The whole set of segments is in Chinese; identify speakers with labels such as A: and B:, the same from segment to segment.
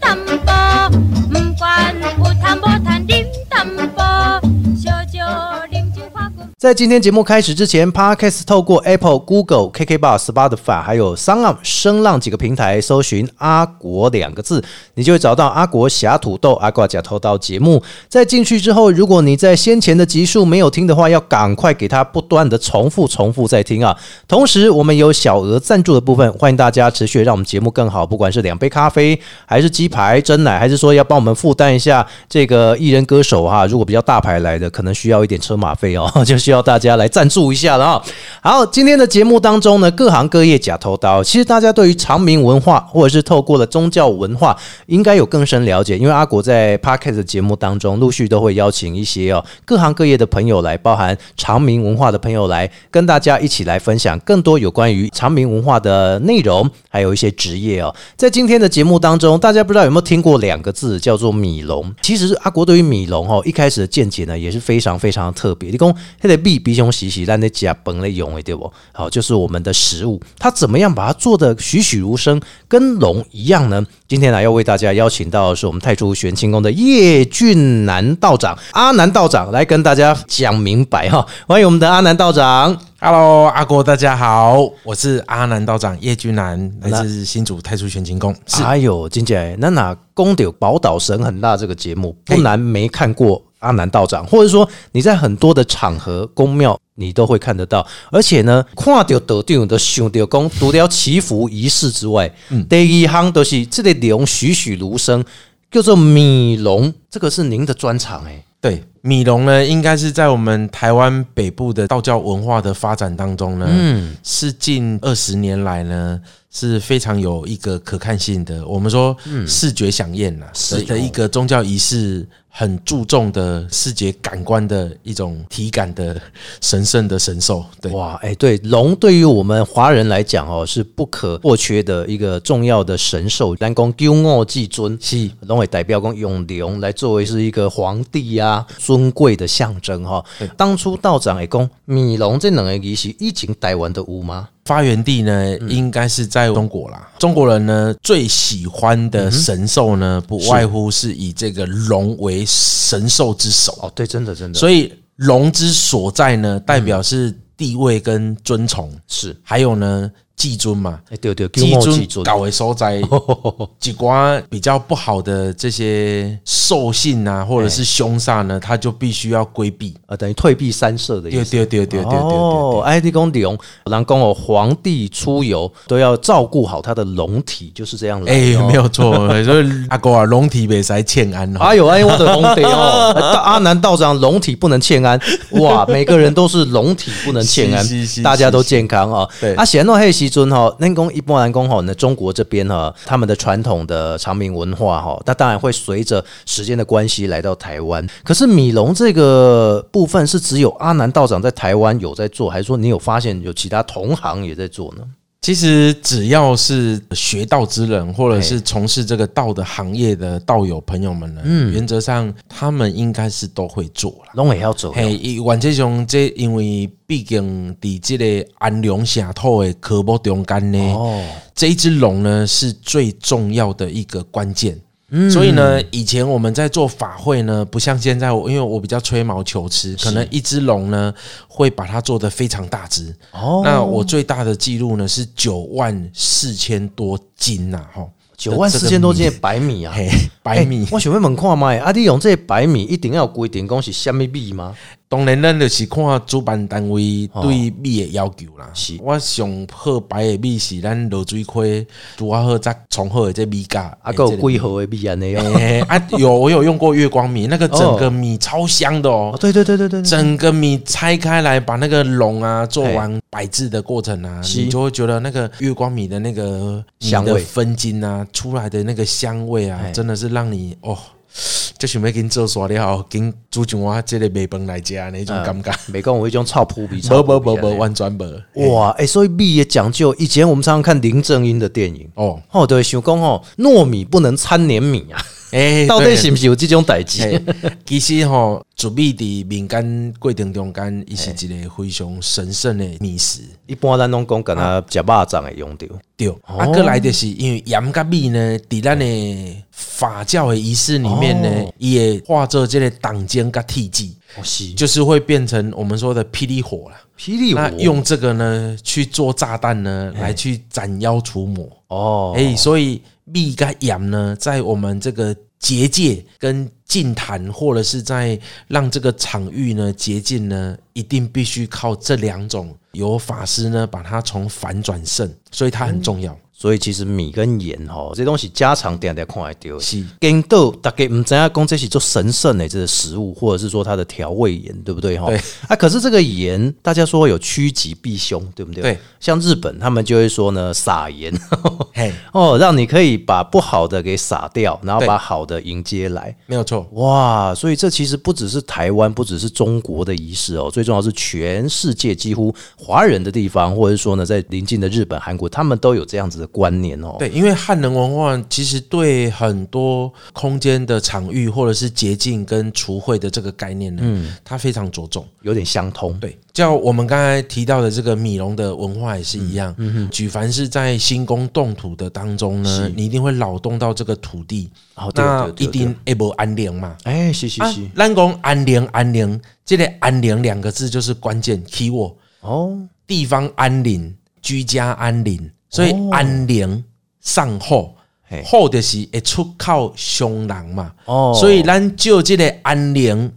A: tâm bò mâm quan u tham bò than điểm tâm bò cho cho điểm chữ khoa của
B: 在今天节目开始之前，Podcast 透过 Apple、Google、KKBox、Spotify 还有 s o n 声浪几个平台搜寻“阿国”两个字，你就会找到阿国侠土豆、阿国假偷刀节目。在进去之后，如果你在先前的集数没有听的话，要赶快给它不断的重复、重复再听啊。同时，我们有小额赞助的部分，欢迎大家持续让我们节目更好，不管是两杯咖啡，还是鸡排、蒸奶，还是说要帮我们负担一下这个艺人歌手哈、如果比较大牌来的，可能需要一点车马费哦， 就需要大家来赞助一下了啊、好，今天的节目当中呢，各行各业假头刀，其实大家对于长明文化，或者是透过了宗教文化，应该有更深了解。因为阿国在 Podcast 的节目当中，陆续都会邀请一些哦各行各业的朋友来，包含长明文化的朋友来，跟大家一起来分享更多有关于长明文化的内容，还有一些职业哦。在今天的节目当中，大家不知道有没有听过两个字叫做米龙？其实阿国对于米龙哦，一开始的见解呢也是非常非常特别。你讲它的米比熊洗洗，但那甲本类用诶，对不？好，就是我们的食物，它怎么样把它做的栩栩如生，跟龙一样呢？今天呢，要为大家邀请到的是我们太初玄清宫的叶俊南道长阿南道长来跟大家讲明白哈、欢迎我们的阿南道长。
C: Hello，阿国，大家好，我是阿南道长叶君南，来自新竹太初玄清宫。是，
B: 哎呦，金姐，那哪公有宝岛神很大这个节目，不难没看过阿南道长，或者说你在很多的场合、宫庙，你都会看得到。而且呢，看到得定的想到公，除了祈福仪式之外，第一行都是这个龙栩栩如生，叫做米龙，这个是您的专长哎、
C: 对，米龙呢，应该是在我们台湾北部的道教文化的发展当中呢，嗯，是近二十年来呢是非常有一个可看性的。我们说视觉响宴呐、
B: 是
C: 的的一个宗教仪式，很注重的视觉感官的一种体感的神圣的神兽。对，
B: 哇，哎、对，龙对于我们华人来讲哦，是不可或缺的一个重要的神兽。咱讲九傲至尊，是龙也代表讲用龙来作为是一个皇帝啊尊贵的象征哈、哦。当初道长也讲，米龙这两个字是以前台湾的有吗？
C: 发源地呢，应该是在中国啦。中国人呢最喜欢的神兽呢，不外乎是以这个龙为神兽之首，
B: 哦，对，真的真的，
C: 所以龙之所在呢，代表是地位跟尊崇，
B: 是
C: 还有呢祭尊嘛，
B: 哎、对对，九傲至尊，
C: 搞为所 在，几瓜比较不好的这些兽性啊，或者是凶煞呢，他就必须要规避。
B: 呃，等于退避三舍的意
C: 哎对
B: 思。
C: 对对对对对对
B: 哦，哎，你讲龙，人讲哦，皇帝出游都要照顾好他的龙体，就是这样来
C: 对，
B: 的
C: 哎，
B: 哦
C: 没有错，所 以阿哥啊，龙体北塞欠安哦。
B: 哎呦，哎，我的龙体 哦，阿南道长龙体不能欠安，哇，每个人都是龙体不能欠安
C: 是是是，
B: 大家都健康哦。
C: 对
B: 啊，显诺黑西尊哈，那公一般来讲哈，那中国这边哈，他们的传统的长明文化哈，那当然会随着时间的关系来到台湾。可是米龙这个部分是只有阿南道长在台湾有在做，还是说你有发现有其他同行也在做呢？
C: 其实只要是学道之人，或者是从事这个道的行业的道友朋友们呢，原则上他们应该是都会做啦。
B: 龙也要走，
C: 嘿，伊阮这种这因为毕竟伫这个安龙下土的科目中间呢，
B: 哦，
C: 这一只龙呢是最重要的一个关键。所以呢，以前我们在做法会呢，不像现在我，因为我比较吹毛求疵，可能一只龙呢会把它做得非常大只。
B: 哦，
C: 那我最大的记录呢是九万四千多斤呐、吼，
B: 九万四千多斤的白米啊。
C: 嘿，百米
B: 欸。 我想要问看卖，啊，你用这百米一定要有规定讲是虾米米吗？
C: 当然，咱就是看主办单位对米的要求啦。
B: 哦是
C: 我上好白的米是咱落水溪拄啊好再重好的这米价，
B: 啊，还有几盒的米安尼哦。
C: 嘿啊，有我有用过月光米，那个整个米超香的
B: 哦
C: 哦。
B: 对对对对对对，
C: 整个米拆开来，把那个笼啊做完摆制的过程啊，
B: 是
C: 你就会觉得那个月光米的那个米的
B: 香味
C: 分筋啊，出来的那个香味啊
B: 嘿，
C: 真的是让你哦，就想要跟做耍了，跟煮上我这个米饭来吃那种感觉。
B: 美讲有一种臭扑鼻，
C: 不
B: 臭
C: 不
B: 扑
C: 不
B: 鼻
C: 不，
B: 安
C: 完全不。
B: 尼哇，哎，所以米也讲究。以前我们常常看林正英的电影，
C: 哦，
B: 哦，对，想讲哦，糯米不能掺黏米啊，
C: 哎
B: 到底
C: 对
B: 是不是有这种代
C: 嘿
B: 志？
C: 其实吼、煮米伫民间过程中间，伊是一个非常神圣的美食。
B: 一般咱拢讲，敢若食肉粽会用到，
C: 对，啊，过来就是因为盐甲米呢，伫咱的法教的仪式里面呢
B: 哦，
C: 伊会化作这个党尖甲替祭，
B: 哦是
C: 就是会变成我们说的霹雳火啦。
B: 霹雳
C: 那
B: 舞
C: 用这个呢去做炸弹呢，来去斩妖除魔。
B: 哎哦，
C: 哎、所以蜜跟羊呢，在我们这个结界跟净坛，或者是在让这个场域呢洁净呢，一定必须靠这两种由法师呢把它从反转胜，所以它
B: 嗯
C: 很重要。
B: 所以其实米跟盐吼，这东西家常点点看得到的。
C: 是
B: 跟豆大概唔知道讲这是做神圣的这个食物，或者是说它的调味盐，对不对哈？
C: 对
B: 啊，可是这个盐大家说有趋吉避凶，对不对？
C: 对，
B: 像日本他们就会说呢，撒盐
C: 嘿，
B: 哦，让你可以把不好的给撒掉，然后
C: 对
B: 把好的迎接来。
C: 没有错。
B: 哇，所以这其实不只是台湾，不只是中国的仪式哦，最重要是全世界几乎华人的地方，或者说呢，在邻近的日本、韩国，他们都有这样子的观念哦。
C: 对，因为汉人文化其实对很多空间的场域或者是洁净跟除秽的这个概念呢，
B: 嗯
C: 它非常着重。
B: 有点相通。
C: 对，叫我们刚才提到的这个米龙的文化也是一样。嗯举凡是在新宫动土的当中呢，你一定会劳动到这个土地，
B: 哦对
C: 那
B: 对对
C: 一定会不安宁嘛。
B: 哎、是是
C: 啊
B: 是，，
C: 咱讲安宁安宁，这个安宁两个字就是关键 key word，
B: 哦，
C: 地方安宁，居家安宁，所以安宁上后
B: 哦嘿，
C: 后就是会出靠凶人嘛。
B: 哦
C: 所以咱就这个安宁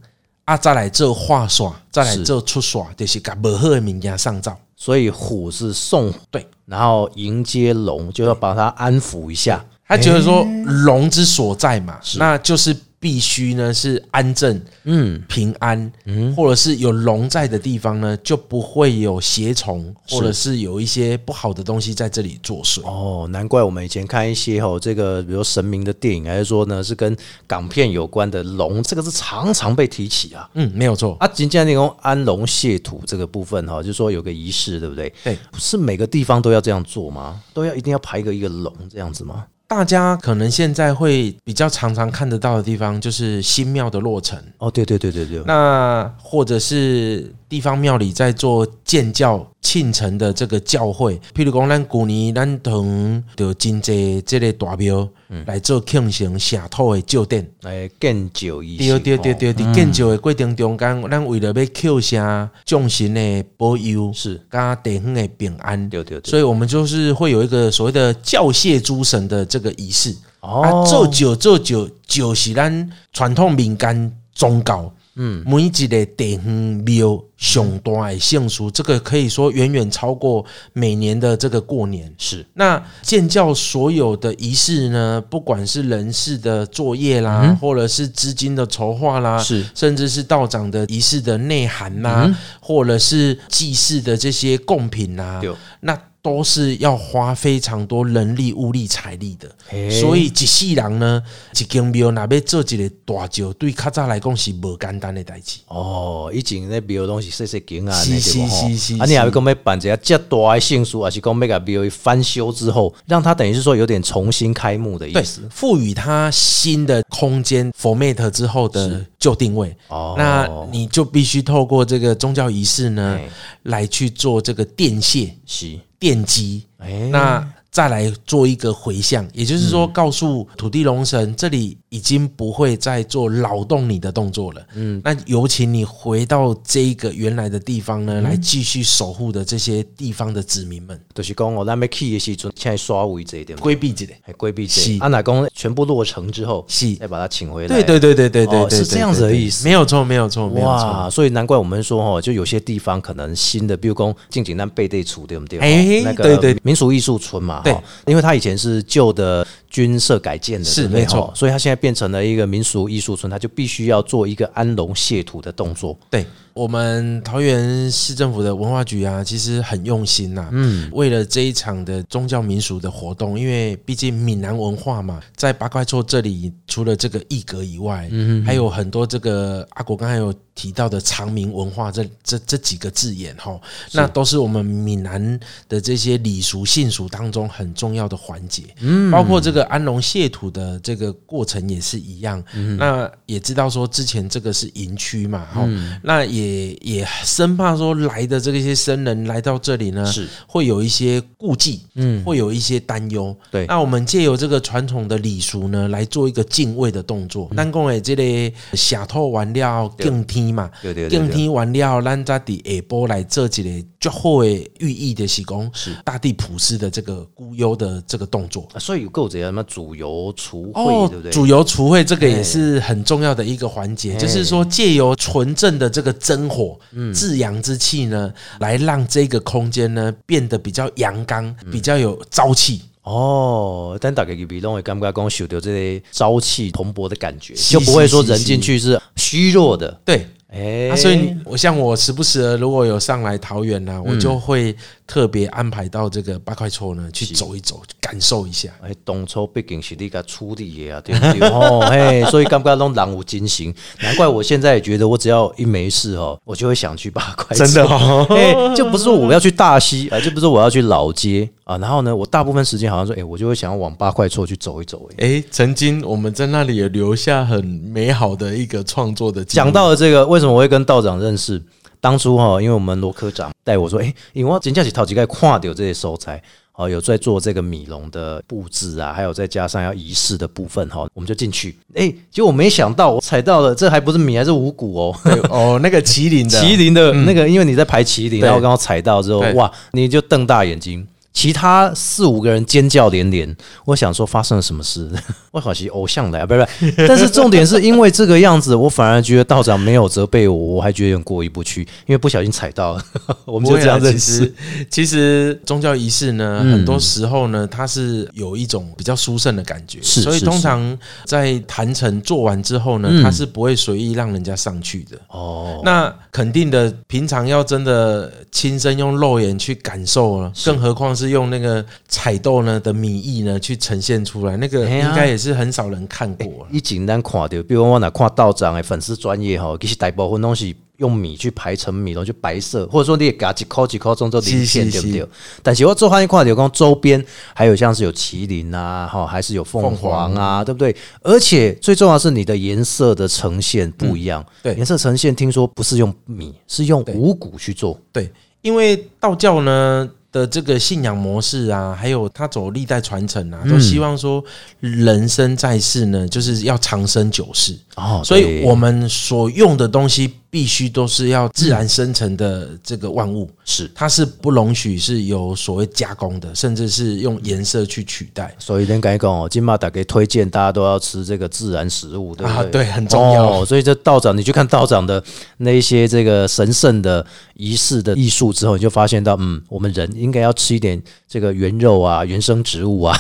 C: 啊，再来做化煞，再来
B: 是
C: 做出煞，就是甲无好的物件上灶。
B: 所以虎是送，
C: 对，
B: 然后迎接龙就要把它安抚一下。
C: 他觉得说龙之所在嘛，那就是必须呢是安正、
B: 嗯，
C: 平安，或者是有龙在的地方呢，就不会有邪虫，或者是有一些不好的东西在这里作祟。
B: 哦，难怪我们以前看一些哦，这个比如神明的电影，还是说呢是跟港片有关的龙，这个是常常被提起啊。
C: 嗯，没有错。
B: 啊，今天那种安龙卸土这个部分哈、哦，就说有个仪式，对不对？
C: 对，
B: 是每个地方都要这样做吗？都要一定要排一个一个龙这样子吗？
C: 大家可能现在会比较常常看得到的地方，就是新庙的落成，
B: 哦，对对对对对，
C: 那或者是地方庙里在做建教庆城的这个教会，譬如讲咱旧年咱同就真济这类大庙来做庆城社土的旧殿。
B: 哎，更久一
C: 对对对对，伫建造的过程中间，咱为了要扣下众神的保佑，
B: 是
C: 甲地方的平安，
B: 哦对对对
C: 所以我们就是会有一个所谓的教谢诸神的这个仪式。
B: 哦
C: 啊，做酒做酒酒是咱传统民间宗教，嗯，每一个地方庙上大的圣俗，这个可以说远远超过每年的这个过年。
B: 是
C: 那建教所有的仪式呢，不管是人事的作业啦，或者是资金的筹划啦，
B: 嗯是嗯
C: 甚至是道长的仪式的内涵啦，或者是祭祀的这些贡品啦
B: 对，
C: 那都是要花非常多人力、物力、财力的。
B: 嘿
C: 所以一世人呢，一间庙若要做一个大石，对较早来讲是无简单的代志。
B: 哦，以前那庙东西细细景啊，
C: 是
B: 那对吧
C: 是
B: 吼
C: 是是
B: 啊，你还
C: 是
B: 会讲要办一个这大的圣书，还是讲要甲庙翻修之后，让它等于是说有点重新开幕的意
C: 对
B: 思。，
C: 赋予它新的空间 format 之后的旧定位。
B: 哦
C: 那你就必须透过这个宗教仪式呢
B: 哎，
C: 来去做这个奠谢、
B: 是，
C: 奠基。
B: 哎，
C: 那再来做一个回向，也就是说，告诉土地龙神，这里已经不会再做劳动你的动作了。嗯，那有请你回到这一个原来的地方呢，来继续守护的这些地方的子民们，
B: 就是讲哦，咱要去的时阵，先刷位置一点，
C: 规避这类。
B: 还规避这
C: 是
B: 个。啊，哪讲全部落成之后，
C: 是
B: 再把它请回来。
C: 对对对对对对
B: 哦
C: 对，
B: 是这样子的意思
C: 对对对没有错，没有错，没有错。
B: 哇，所以难怪我们说哦，就有些地方可能新的，比如讲近景南背对处，对不对？
C: 哎
B: 哦那个
C: 对对
B: 民俗艺术村嘛，
C: 对
B: 哦，因为它以前是旧的军社改建的，
C: 是
B: 对不对
C: 没错
B: 哦所以它现在变成了一个民俗艺术村，它就必须要做一个安龙卸土的动作。
C: 对我们桃园市政府的文化局啊，其实很用心呐、嗯，为了这一场的宗教民俗的活动，因为毕竟闽南文化嘛，在八卦厝这里，除了这个艺格以外，嗯，还有很多这个阿国刚才有提到的长明文化这这这几个字眼哈，那都是我们闽南的这些礼俗信俗当中很重要的环节，嗯，包括这个安龙卸土的这个过程也是一样。那也知道说之前这个是营区嘛，哈、那也也生怕说来的这些僧人来到这里呢，
B: 是
C: 会有一些顾忌，嗯，会有一些担忧。
B: 对
C: 那我们借由这个传统的礼俗呢，来做一个敬畏的动作。咱讲的这个下透完了敬天嘛，
B: 对对对
C: 敬
B: 对，
C: 天完了，咱再伫下晡来做一个较好的寓意的是讲，
B: 是
C: 大地普施的这个孤忧的这个动作。
B: 啊所以有够这样什么主油除秽，
C: 哦
B: 对不，对？
C: 主油除秽这个也是很重要的一个环节，就是说借由纯正的这个真火、
B: 嗯
C: 至阳之气呢，来让这个空间呢变得比较阳刚，
B: 嗯
C: 比较有朝气。
B: 哦，但大概比拢会感觉讲受到这些朝气蓬勃的感觉，
C: 是
B: 就不会说
C: 是
B: 人
C: 是
B: 进去是虚弱的。
C: 对，
B: 哎、
C: 啊、所以你我像我时不时的如果有上来桃园呢、啊
B: 嗯
C: 我就会特别安排到这个八块厝呢去走一走，感受一下。
B: 哎，当初毕竟是你个处理的啊，对不对？ 哦，嘿，所以刚刚拢狼无精神，难怪我现在也觉得，我只要一没事哦，我就会想去八块。
C: 真的哦
B: 哎、就不是说我要去大溪啊，就不是说我要去老街啊，然后呢，我大部分时间好像说，哎、我就会想要往八块厝去走一走、哎，
C: 诶，曾经我们在那里也留下很美好的一个创作的记录
B: 讲到了这个，为什么我会跟道长认识？当初哈、因为我们罗科长带我说，哎、因为我真正是头几盖跨掉这些收财。哦，有在做这个米龙的布置啊，还有再加上要仪式的部分哈、我们就进去。哎、结果没想到我踩到了，这还不是米，还是五谷哦，
C: 对哦，那个麒麟 的嗯
B: 麒麟的那个，因为你在排麒麟，
C: 对
B: 然后刚好踩到之后
C: 对，
B: 哇，你就瞪大眼睛。其他四五个人尖叫连连，我想说发生了什么事？ 我好像偶像来，啊不是不 是。但是重点是因为这个样子，我反而觉得道长没有责备我，我还觉得有点过意不去，因为不小心踩到了。 我们就这样
C: 不会啊
B: 认识。嗯
C: 其实其实宗教仪式呢，很多时候呢，它是有一种比较殊胜的感觉，
B: 是
C: 所以
B: 是
C: 通常在坛城做完之后呢，它是不会随意让人家上去的。
B: 哦，
C: 那肯定的，平常要真的亲身用肉眼去感受了，更何况是用那个彩豆呢的米意呢去呈现出来，那个
B: 哎呀
C: 应该也是很少人看过啊了。
B: 一简单看到，比如我哪看道长的粉丝专业哈，其实大部分东西用米去排成米，然后就白色，或者说你也加一颗一颗中做鳞片，
C: 是
B: 对
C: 是
B: 不对？但是我做汉看到讲周边还有像是有麒麟啊，哈，还是有凤凰啊，对不对？而且最重要的是你的颜色的呈现不一样，
C: 嗯对
B: 颜色呈现听说不是用米，是用五谷去做，
C: 对，因为道教呢的这个信仰模式啊，还有他走历代传承
B: 嗯
C: 啊，都希望说人生在世呢，就是要长生久世，
B: 哦，
C: 所以
B: 对
C: 我们所用的东西必须都是要自然生成的这个万物，
B: 是。
C: 它是不容许是有所谓加工的，甚至是用颜色去取代。
B: 所以人该讲哦，金马打给推荐大家都要吃这个自然食物，对不对？
C: 啊对很重要
B: 哦。所以这道长，你去看道长的那一些这个神圣的仪式的艺术之后，你就发现到，嗯，我们人应该要吃一点这个原肉啊、原生植物 啊，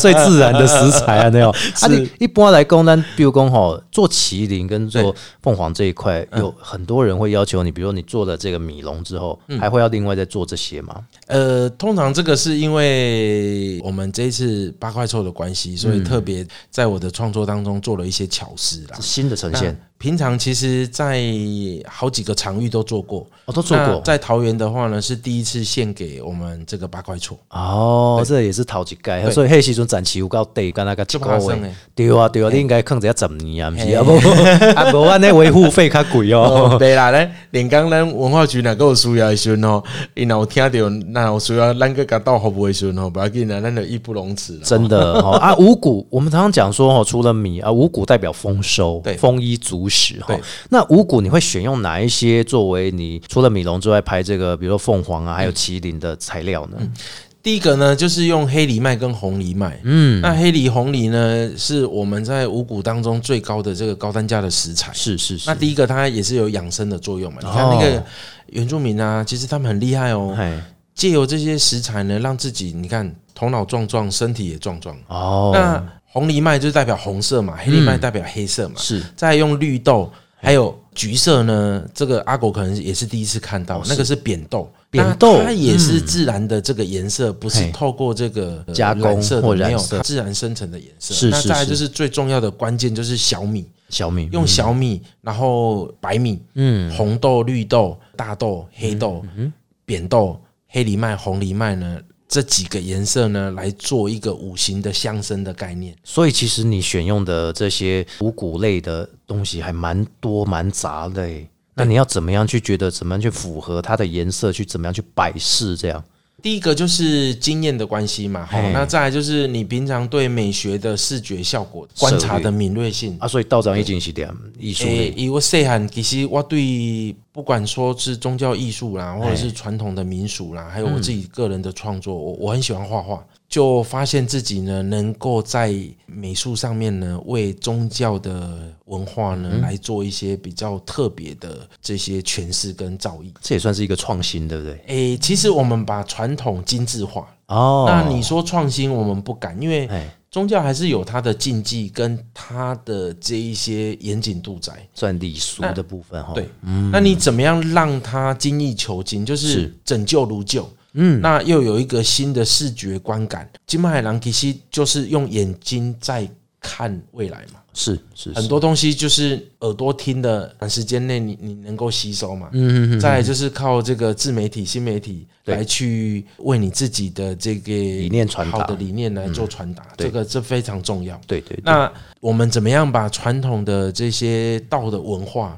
B: 最自然的食材啊，那样。啊，你一般来讲，咱比如讲吼，做麒麟跟做
C: 对
B: 凤凰这一块，有很多人会要求你，比如说你做了这个米龙之后，
C: 嗯
B: 还会要另外再做这些吗？
C: 呃，通常这个是因为我们这一次八块臭的关系，
B: 嗯
C: 所以特别在我的创作当中做了一些巧思啦
B: 是。新的呈
C: 那
B: 现，
C: 平常其实，在好几个场域都做过，
B: 我、哦都做
C: 那
B: 过。
C: 在桃园的话呢，是第一次献给我们这个八块厝。
B: 哦，这也是头一届，
C: 对
B: 所以迄时阵展期有够短，敢若个一
C: 就拍
B: 个
C: 算
B: 月
C: 的。
B: 对啊，对啊，你应该坑一下十年啊，毋是
C: 嘿
B: 啊，无 啊无安尼维护费较贵
C: 哦，
B: 哦。
C: 对啦，咱连江咱文化局若个有需要的时阵吼，因若有听到，那有需要咱个甲到服务的时阵吼，不要紧啦，咱就义不容辞啦。
B: 真的哦啊，五谷我们常常讲说哦，除了米啊，五谷代表丰收
C: 对，
B: 丰衣足食哈
C: 对。
B: 那五谷你会选用哪一些作为你除了米龙之外拍这个，比如说凤凰啊，还有麒麟的材料呢？
C: 嗯第一个呢，就是用黑藜麦跟红藜麦。嗯，那黑藜、红藜呢，是我们在五谷当中最高的这个高单价的食材。
B: 是是是
C: 那，第一个，它也是有养生的作用嘛。你看那个
B: 哦
C: 原住民啊，其实他们很厉害哦。
B: 哎
C: 借由这些食材呢，让自己你看头脑壮壮，身体也壮壮。
B: 哦，嗯
C: 那红藜麦就代表红色嘛，黑藜麦代表黑色嘛，
B: 是
C: 再用绿豆，还有橘色呢，这个阿狗可能也是第一次看到，那个是扁豆。
B: 哦扁豆
C: 那它也是自然的这个颜色，不是
B: 嘿
C: 透过这个呃
B: 加工
C: 染色的
B: 或染
C: 没有
B: 色
C: 它自然生成的颜色。
B: 是
C: 那
B: 是
C: 再来
B: 是
C: 就是最重要的关键就是小米，
B: 小米
C: 用小米，然后白米，嗯，红豆、绿豆、大豆、黑豆、扁豆、黑藜麦、红藜麦呢，这几个颜色呢来做一个五行的相生的概念。
B: 所以其实你选用的这些五谷类的东西还蛮多蛮杂的欸。那你要怎么样去觉得怎么样去符合它的颜色，去怎么样去摆饰这样？
C: 第一个就是经验的关系嘛，好
B: 嘿，
C: 那再来就是你平常对美学的视觉效果
B: 涉猎
C: 观察的敏锐性。
B: 啊，所以道长一进是点艺术
C: 诶、
B: 类，
C: 以我细汉其实我对不管说是宗教艺术啦，或者是传统的民俗啦，还有我自己个人的创作，我我很喜欢画画，就发现自己呢能够在美术上面呢为宗教的文化呢、来做一些比较特别的这些诠释跟造诣。
B: 这也算是一个创新，对不对？
C: 诶、其实我们把传统精致化，
B: 哦，
C: 那你说创新，我们不敢，因为
B: 哎，
C: 宗教还是有它的禁忌跟它的这一些严谨度在。
B: 算礼俗的部分哈，
C: 对，那你怎么样让它精益求精，就是
B: 嗯是
C: 拯救如旧？嗯，那又有一个新的视觉观感。金马海狼其实就是用眼睛在看未来嘛，
B: 是是
C: 很
B: 是
C: 多东西就是耳朵听的，短时间内你你能够吸收嘛。嗯嗯嗯。再来就是靠这个自媒体、新媒体
B: 对
C: 来去为你自己的这个理
B: 念传达嗯
C: 好的理念来做传达，
B: 对
C: 这个这非常重要。
B: 对对，对
C: 那我们怎么样把传统的这些道的文化，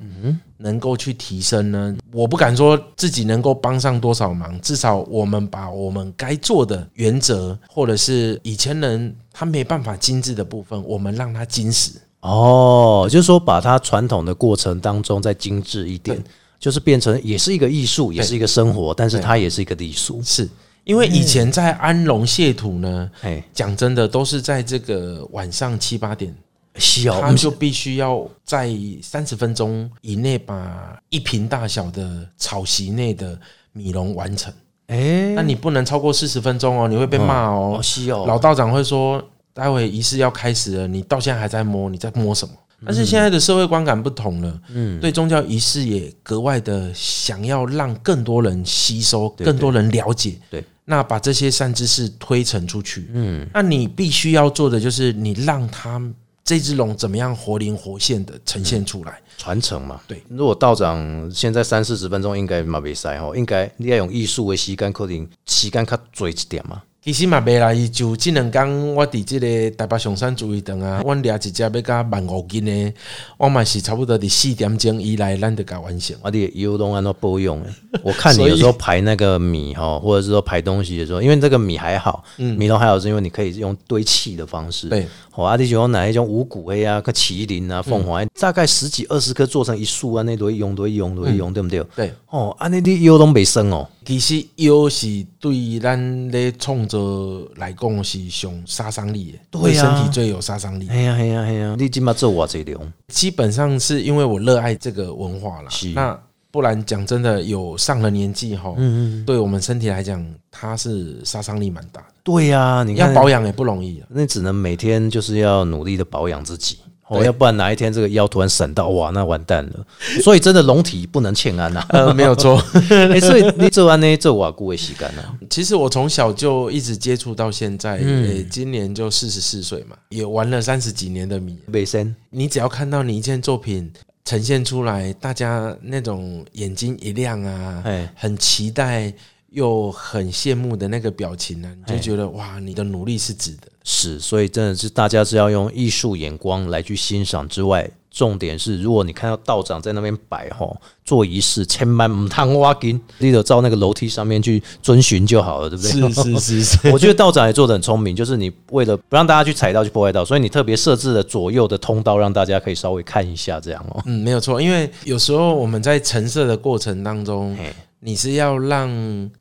C: 能够去提升呢？我不敢说自己能够帮上多少忙，至少我们把我们该做的原则，或者是以前人他没办法精致的部分，我们让他精实。
B: 哦，就是说把它传统的过程当中再精致一点
C: 对，
B: 就是变成也是一个艺术，也是一个生活，但是
C: 对
B: 它也是一个礼俗，
C: 是因为以前在安龙谢土呢，
B: 哎，
C: 讲真的都是在这个晚上七八点，
B: 西
C: 他
B: 哦，
C: 就必须要在三十分钟以内把一瓶大小的草席内的米龙完成。
B: 哎，
C: 那你不能超过四十分钟哦，你会被骂哦
B: 哦。西哦，
C: 老道长会说，待会仪式要开始了，你到现在还在摸，你在摸什么？
B: 嗯
C: 但是现在的社会观感不同了，嗯，对宗教仪式也格外的想要让更多人吸收，
B: 对
C: 更多人了解，
B: 对，
C: 那把这些善知识推陈出去，嗯，那你必须要做的就是你让他这只龙怎么样活灵活现的呈
B: 嗯
C: 现出来，
B: 传承嘛。
C: 对
B: 如果道长现在三四十分钟应该嘛袂使吼，应该你要用艺术的时间，可能时间较短一点嘛。
C: 其实嘛，袂啦，伊就即两天我伫即个台北上山煮一顿啊，阮掠一只要甲万五斤的，我嘛是差不多伫四点钟以内，咱就甲完成。
B: 啊，你油拢安都不用 的。我看你
C: 所以
B: 有时候排那个米哈，或者是说排东西的时候，因为这个米还好，米都还好，是因为你可以用堆砌的方式。
C: 嗯对，嗯
B: 哦，啊，你就用哪一种五谷黑啊、跟麒麟啊、凤凰的，大概十几二十棵做成一束啊，那堆用堆
C: 嗯
B: 用堆用，对不对？
C: 对，
B: 哦，啊，那你油拢没生哦，
C: 其实腰是对咱咧创作来讲是上杀伤力的，
B: 对啊
C: 对身体最有杀伤力。
B: 哎呀哎呀哎呀，你今嘛做我这量，
C: 基本上是因为我热爱这个文化啦
B: 是。
C: 那不然讲真的，有上了年纪哈，嗯嗯，对我们身体来讲，它是杀伤力蛮大的，
B: 对呀、你看
C: 要保养也不 容易啊。
B: 那只能每天就是要努力的保养自己，哦，
C: 对
B: 要不然哪一天这个腰突然闪到，哇，那完蛋了。所以真的龙体不能欠安呐、
C: 呃，没有错。
B: 欸所以你做完呢，做瓦固的啊洗干呐，
C: 其实我从小就一直接触到现在，
B: 嗯
C: 呃，今年就四十四岁嘛，也玩了三十几年的米。
B: 卫生
C: 你只要看到你一件作品呈现出来，大家那种眼睛一亮啊
B: 哎，
C: 很期待又很羡慕的那个表情呢、啊，你就觉得哇，你的努力是值得。
B: 是，所以真的是大家是要用艺术眼光来去欣赏之外，重点是如果你看到道长在那边摆吼做仪式，千万唔贪挖金，你得照那个楼梯上面去遵循就好了，对不对？
C: 是是是，
B: 我觉得道长也做的很聪明，就是你为了不让大家去踩到、去破坏到，所以你特别设置了左右的通道，让大家可以稍微看一下这样哦。
C: 嗯，没有错，因为有时候我们在陈设的过程当中
B: 嘿，
C: 你是要让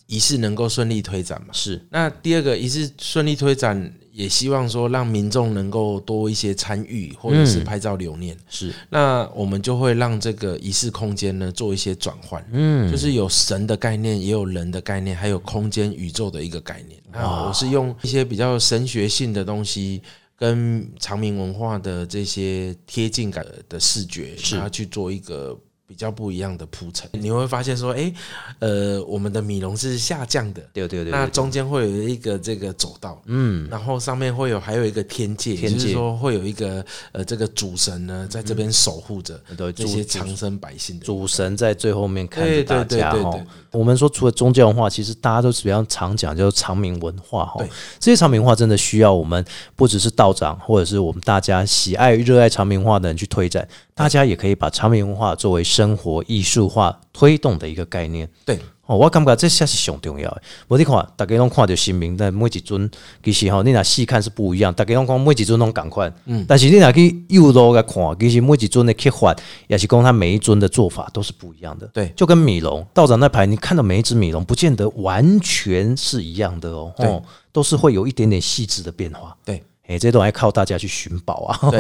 C: 仪式能够顺利推展嘛。
B: 是
C: 那第二个仪式顺利推展，也希望说让民众能够多一些参与，或者是拍照留念。
B: 是，
C: 那我们就会让这个仪式空间呢做一些转换，嗯，就是有神的概念，也有人的概念，还有空间宇宙的一个概念。啊，我是用一些比较神学性的东西。跟长明文化的这些贴近感的视觉，然后去做一个比较不一样的铺陈，你会发现说，哎、呃，我们的米龙是下降的，
B: 对对对
C: 那
B: 对
C: 中间会有一个这个走道，嗯，然后上面会有还有一个天界，
B: 天界嗯
C: 就是说会有一个呃这个主神呢在这边守护着
B: 呃对
C: 这些长生百姓的
B: 主神在最后面看着
C: 对对
B: 大家
C: 对对
B: 哈
C: 对对。
B: 我们说，除了宗教文化，其实大家都是比较常讲，就是长明文化哈
C: 对。
B: 这些长明文化真的需要我们不只是道长，或者是我们大家喜爱、热爱长明文化的人去推展。大家也可以把长明文化作为生活艺术化推动的一个概念。
C: 对，
B: 哦，我感觉这才是上重要的。无你看，大家拢看到新民，但每一尊其实吼，你若细看是不一样。大家拢讲每一尊拢共款，
C: 嗯
B: 但是你若去右路来看，其实每一尊的刻画，也是讲他每一尊的做法都是不一样的。
C: 对
B: 就跟米龙道长那排，你看到每一只米龙，不见得完全是一样的哦，
C: 对
B: 哦，都是会有一点点细致的变化。
C: 对
B: 哎、这都还靠大家去寻宝啊！
C: 对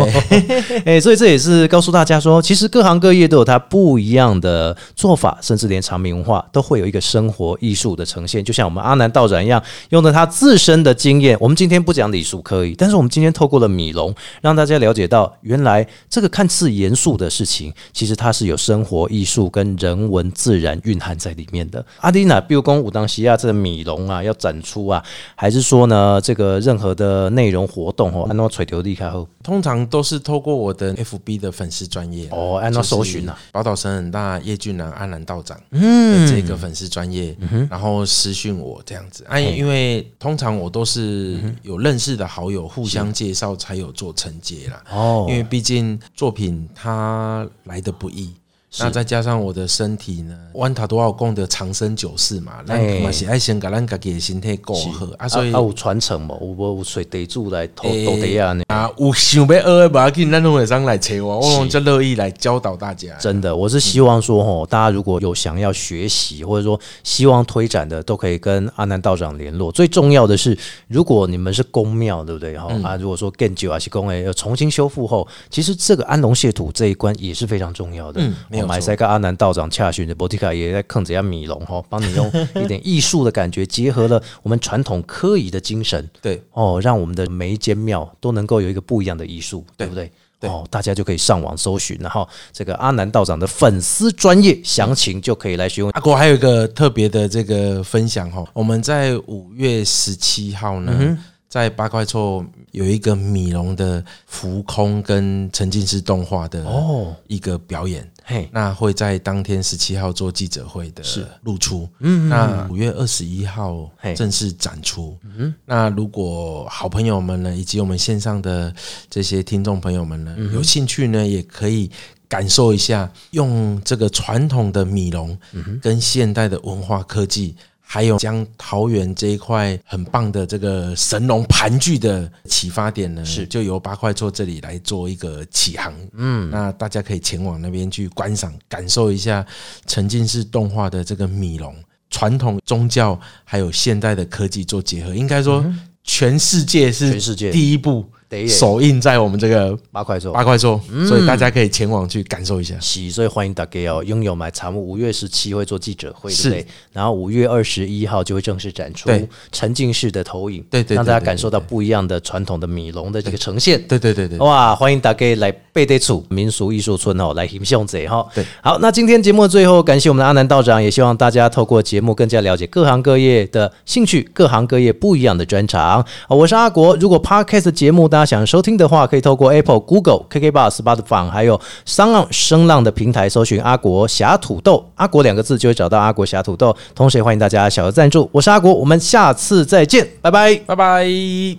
B: 哎、所以这也是告诉大家说，其实各行各业都有它不一样的做法，甚至连长明文化都会有一个生活艺术的呈现。就像我们阿南道长一样，用了他自身的经验，我们今天不讲礼俗可以，但是我们今天透过了米龙，让大家了解到，原来这个看似严肃的事情，其实它是有生活艺术跟人文自然蕴含在里面的。阿迪娜，比如讲武当西亚这个米龙啊，要展出啊，还是说呢，这个任何的内容活动哦，安诺垂流力开后，
C: 通常都是透过我的 FB 的粉丝专业
B: 哦按照搜寻啊，
C: 就是宝岛神很大叶俊南安南道长嗯这个粉丝专业，
B: 嗯
C: 然后私讯我这样子。哎，因为通常我都
B: 嗯
C: 是有认识的好友互相介绍才有做承接啦，
B: 哦
C: 因为毕竟作品它来的不易。那再加上我的身体呢，万塔多少供的长生久世嘛，那
B: 哎
C: 嘛是爱先给咱自己的身体够好啊，所以
B: 啊有传承嘛，有无有水地主来投投地啊？呢？
C: 啊，有想要学的无要紧，咱拢会上来找我，我拢就乐意来教导大家。
B: 真的，我是希望说吼，大家如果有想要学习或者说希望推展的，都可以跟阿南道长联络。最重要的是，如果你们是公庙，对不对？
C: 嗯
B: 哈、啊，如果说更久啊是公诶，要重新修复后，其实这个安龙卸土这一关也是非常重要的。
C: 嗯没
B: 我
C: 有错
B: 们还在跟阿南道长洽询的，博蒂卡也在坑着下米龙哈，帮你用一点艺术的感觉，结合了我们传统科仪的精神，
C: 对，
B: 哦，让我们的每一间庙都能够有一个不一样的艺术，对不对？
C: 对
B: 哦，大家就可以上网搜寻，然后这个阿南道长的粉丝专业详情就可以来询问。
C: 阿啊国还有一个特别的这个分享哈，我们在五月十七号呢，
B: 嗯
C: 在八块厝有一个米龙的浮空跟沉浸式动画的
B: 哦
C: 一个表演。
B: 嘿，
C: 那会在当天十七号做记者会的露出，嗯，那五月二十一号
B: 嘿
C: 正式展出。嗯，那如果好朋友们呢，以及我们线上的这些听众朋友们呢，有兴趣呢，也可以。感受一下，用这个传统的米龙跟现代的文化科技，还有将桃园这一块很棒的这个神龙盘踞的启发点呢，是就由八块厝这里来做一个起航。嗯，那大家可以前往那边去观赏、感受一下沉浸式动画的这个米龙，传统宗教还有现代的科技做结合，应该说全世界是
B: 嗯全世界
C: 第一步
B: 对耶
C: 首映在我们这个
B: 八块钟
C: 八。块厝，
B: 嗯
C: 所以大家可以前往去感受一下。
B: 是，所以欢迎大家哦，拥有买茶木，五月十七会做记者会，对不
C: 是
B: 对？然后五月二十一号就会正式展出
C: 对
B: 沉浸式的投影，
C: 对对对
B: 让大家
C: 对
B: 感
C: 对
B: 受到不一样的传统的米龙的这个呈现。
C: 对对对对，
B: 哇，欢迎大家来贝德楚民俗艺术村哦，来欣赏者哈。
C: 对，
B: 好，那今天节目的最后，感谢我们的阿南道长，也希望大家透过节目更加了解各行各业的兴趣，各行各业不一样的专长。好我是阿国，如果 Podcast 的节目大家想收听的话，可以透过 Apple、Google、KK Bar、Spotify 还有商浪声浪的平台搜寻阿国侠土豆，阿国两个字就会找到阿国侠土豆。同时也欢迎大家小额赞助，我是阿国，我们下次再见，拜拜。
C: 拜拜。